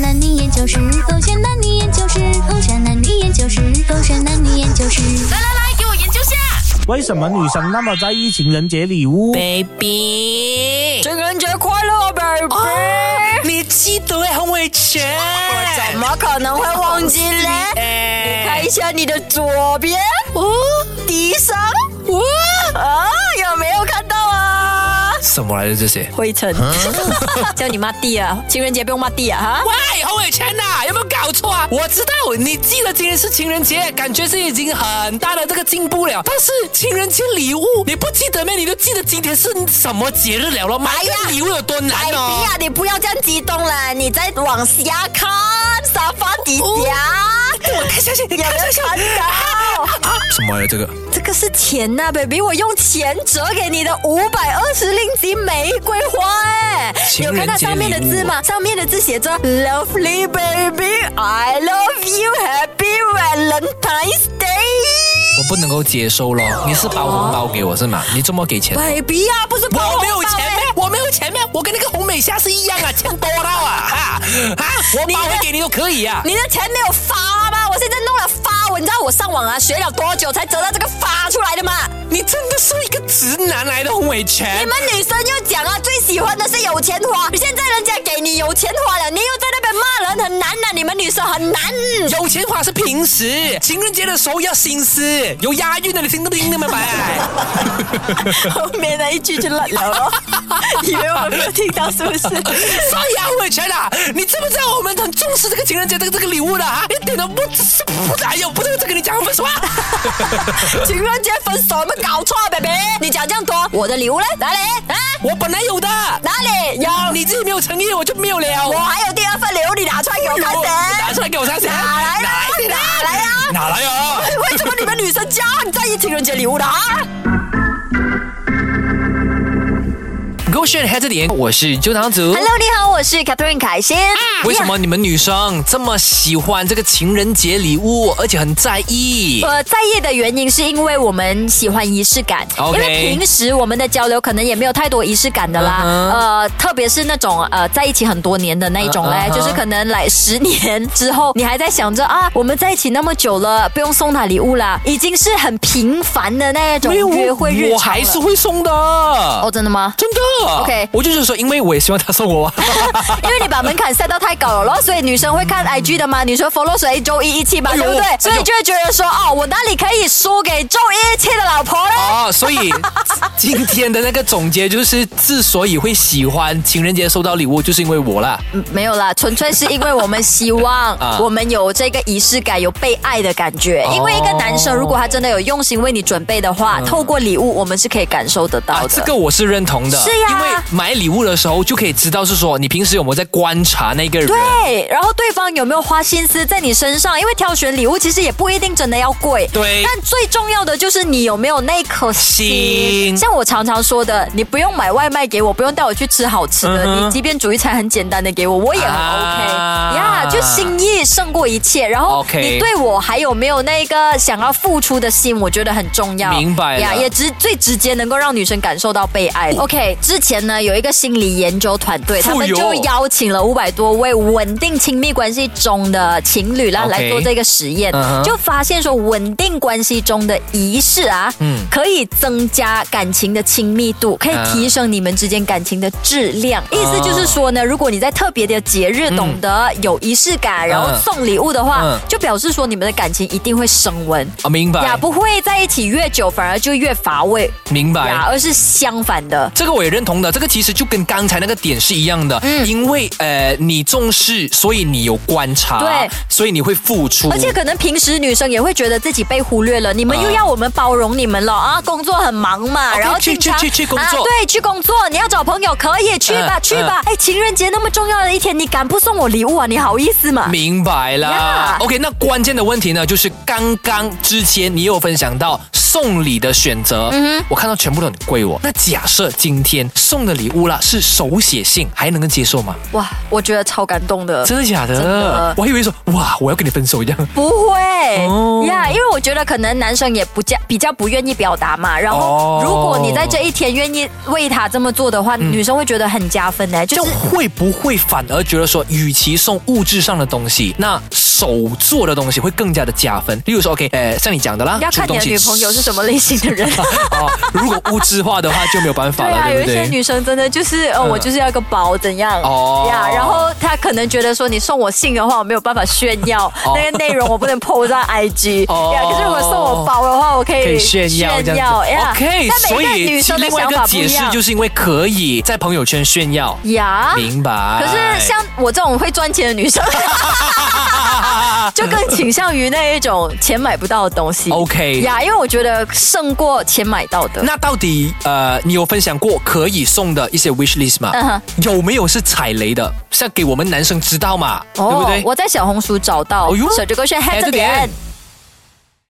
男女研究室，狗血男女研究室，狗血男女研究室，狗血男女研究室。来来来，给我研究下为什么女生那么在意情人节礼物？ ，baby。情人节快乐，baby！、哦啊你记得哎，洪伟全，我怎么可能会忘记嘞？看哎一，下你的左边，哦，地上，哇、啊，有没有看到啊？什么来的这些？灰尘， 叫你抹地啊！情人节不用抹地啊！哈。喂，洪伟全呐、有没有搞错啊？我知道你记得今天是情人节，感觉是已经很大的这个进步了。但是情人节礼物你不记得咩？你都记得今天是什么节日了了吗？买呀个礼物有多难哎哦呀，？你不要这样激动了，你再往下看，沙发底下。我看下去，你有没看下有去。看到？什么来的这个？这个是钱呐、b a b y 我用钱折给你的五百二十令吉玫瑰花哎，你情有人节看到上面的字吗？上面的字写着 “Lovely baby, I love you, Happy Valentine's Day”。我不能够接受咯。你是包红包给我是吗？你这么给钱？ baby 呀、啊，不是包我红包没有钱哎咩？我没有钱咩？我跟那个红美虾是一样啊，钱多到啊！ 哈哈，我你的包回给你都可以啊。你的钱没有发吗？我现在弄了发文，你知道我上网啊学了多久才折到这个发出来的吗？你真的是一个直男来的洪伟你全。们女生又讲啊，最喜欢的是有钱花，现在人家给你有钱花了，你又在那边骂人，很难呐、你们女生很难。有钱花是平时，情人节的时候要心思，有押韵的，你听得听得明白？啊 后面那一句就烂了咯，以为我没有听到是不是？所以啊，洪伟全啊，你知不知道我们很重视这个情人节这个这个礼物的啊？一点都不是不，哎呦，不是这跟你讲 分手啊！情人节分手有没有搞错啊，baby？你讲这样多，我的礼物呢？哪里啊？我本来有的，哪里有？有你自己没有诚意，我就没有了。我还有第二份礼物，你拿出来给我看我拿先出。来给我看先，哪来的哪来啊 哪来啊？为什么你们女生这样在意情人节礼物的啊？ Go s h a r e head 这里，我是周长祖。 Hello，你好，我是 Catherine 凯欣。嗯为什么你们女生这么喜欢这个情人节礼物，而且很在意？我呃在意的原因是因为我们喜欢仪式感 OK 因为平时我们的交流可能也没有太多仪式感的啦。嗯哼呃，特别是那种呃在一起很多年的那一种嘞嗯嗯哼就是可能来十年之后，你还在想着啊，我们在一起那么久了，不用送他礼物啦，已经是很平凡的那一种约会日常了我还是会送的。哦，真的吗？真的 OK 我就是说，因为我也希望他送 我啊。因为你把门槛塞到太高了咯，所以女生会看 IG 的嘛，女生 follow 谁周一一七嘛，哎呦对不对哎？呦所以就会觉得说，哦，我哪里可以输给周一一七的老婆嘞？哦，所以今天的那个总结就是，之所以会喜欢情人节收到礼物，就是因为我啦。嗯没有啦，纯粹是因为我们希望啊我们有这个仪式感，有被爱的感觉。哦嗯因为一个男生如果他真的有用心为你准备的话，透过礼物我们是可以感受得到啊，的。这个我是认同的，是呀因为买礼物的时候就可以知道是说你平时有没有在观察那个人。对，然后对方有没有花心思在你身上？因为挑选礼物其实也不一定真的要贵，对但最重要的就是你有没有那颗心。心像我常常说的，你不用买外卖给我，不用带我去吃好吃的，嗯哼你即便煮一餐很简单的给我，我也很 OK 啊呀、就心意胜过一切。然后 OK 你对我还有没有那个想要付出的心，我觉得很重要。明白了哦呀也直最直接能够让女生感受到被爱。OK，之前呢有一个心理研究团队，他们富有就邀请了五百多位稳定亲密关系中的情侣啦 OK 来做这个实验嗯哼就发现说稳定关系中的仪式啊，嗯可以增加感情的亲密度，可以提升你们之间感情的质量。啊意思就是说呢，如果你在特别的节日懂得有仪式感，然后送礼物的话，嗯就表示说你们的感情一定会升温。啊，明呀，白，不会在一起越久反而就越乏味明白呀，。而是相反的。这个我也认同的，这个其实就跟刚才那个点是一样的，嗯因为呃你重视，所以你有观察，对，所以你会付出，而且啊可能平时女生也会觉得自己被忽略了，你们啊又要我们包容你们了啊！工作很忙嘛， OK，然后去经常去去去工作啊对，去工作，你要找朋友可以去吧嗯去吧。哎，情人节那么重要的一天，你敢不送我礼物啊？你好意思吗？明白啦。 Yeah OK，那关键的问题呢，就是刚刚之前你有分享到。送礼的选择，嗯我看到全部都很贵哦。那假设今天送的礼物啦是手写信，还能够接受吗？哇，我觉得超感动的。真的假的？呃真的我还以为说哇，我要跟你分手一样。不会哦呀，因为我觉得可能男生也不加比较不愿意表达嘛。然哦嗯后，如果你在这一天愿意为他这么做的话，女生会觉得很加分呢。就这是样会不会反而觉得说，与其送物质上的东西，那手做的东西会更加的加分？例如说，OK，呃，像你讲的啦，要看你的女朋友是什么类型的人。 哦，如果物质化的话就没有办法对了，啊，对有一不些对？女生真的就是，呃，我就是要个包，怎样？哦呀，然后她可能觉得说，你送我信的话，我没有办法炫耀哦那个内容，我不能 PO 在 IG。哦呀，可是如果送我包的话，我可以可以炫耀这炫样耀子呀。 ，OK。但所每个以女其生另的外一想个法不解一释样。就是因为可以在朋友圈炫耀，呀，明白？啊可是像我这种会赚钱的女 生，就更倾向于那一种钱买不到的东西。 OK 呀，因为我觉得胜过钱买到的。那到底呃，你有分享过可以送的一些 wish list 吗？嗯哼有没有是踩雷的？像给我们男生知道嘛，对不对？我在小红书找到哦哟小九哥炫 h a 哎 d 这这点点，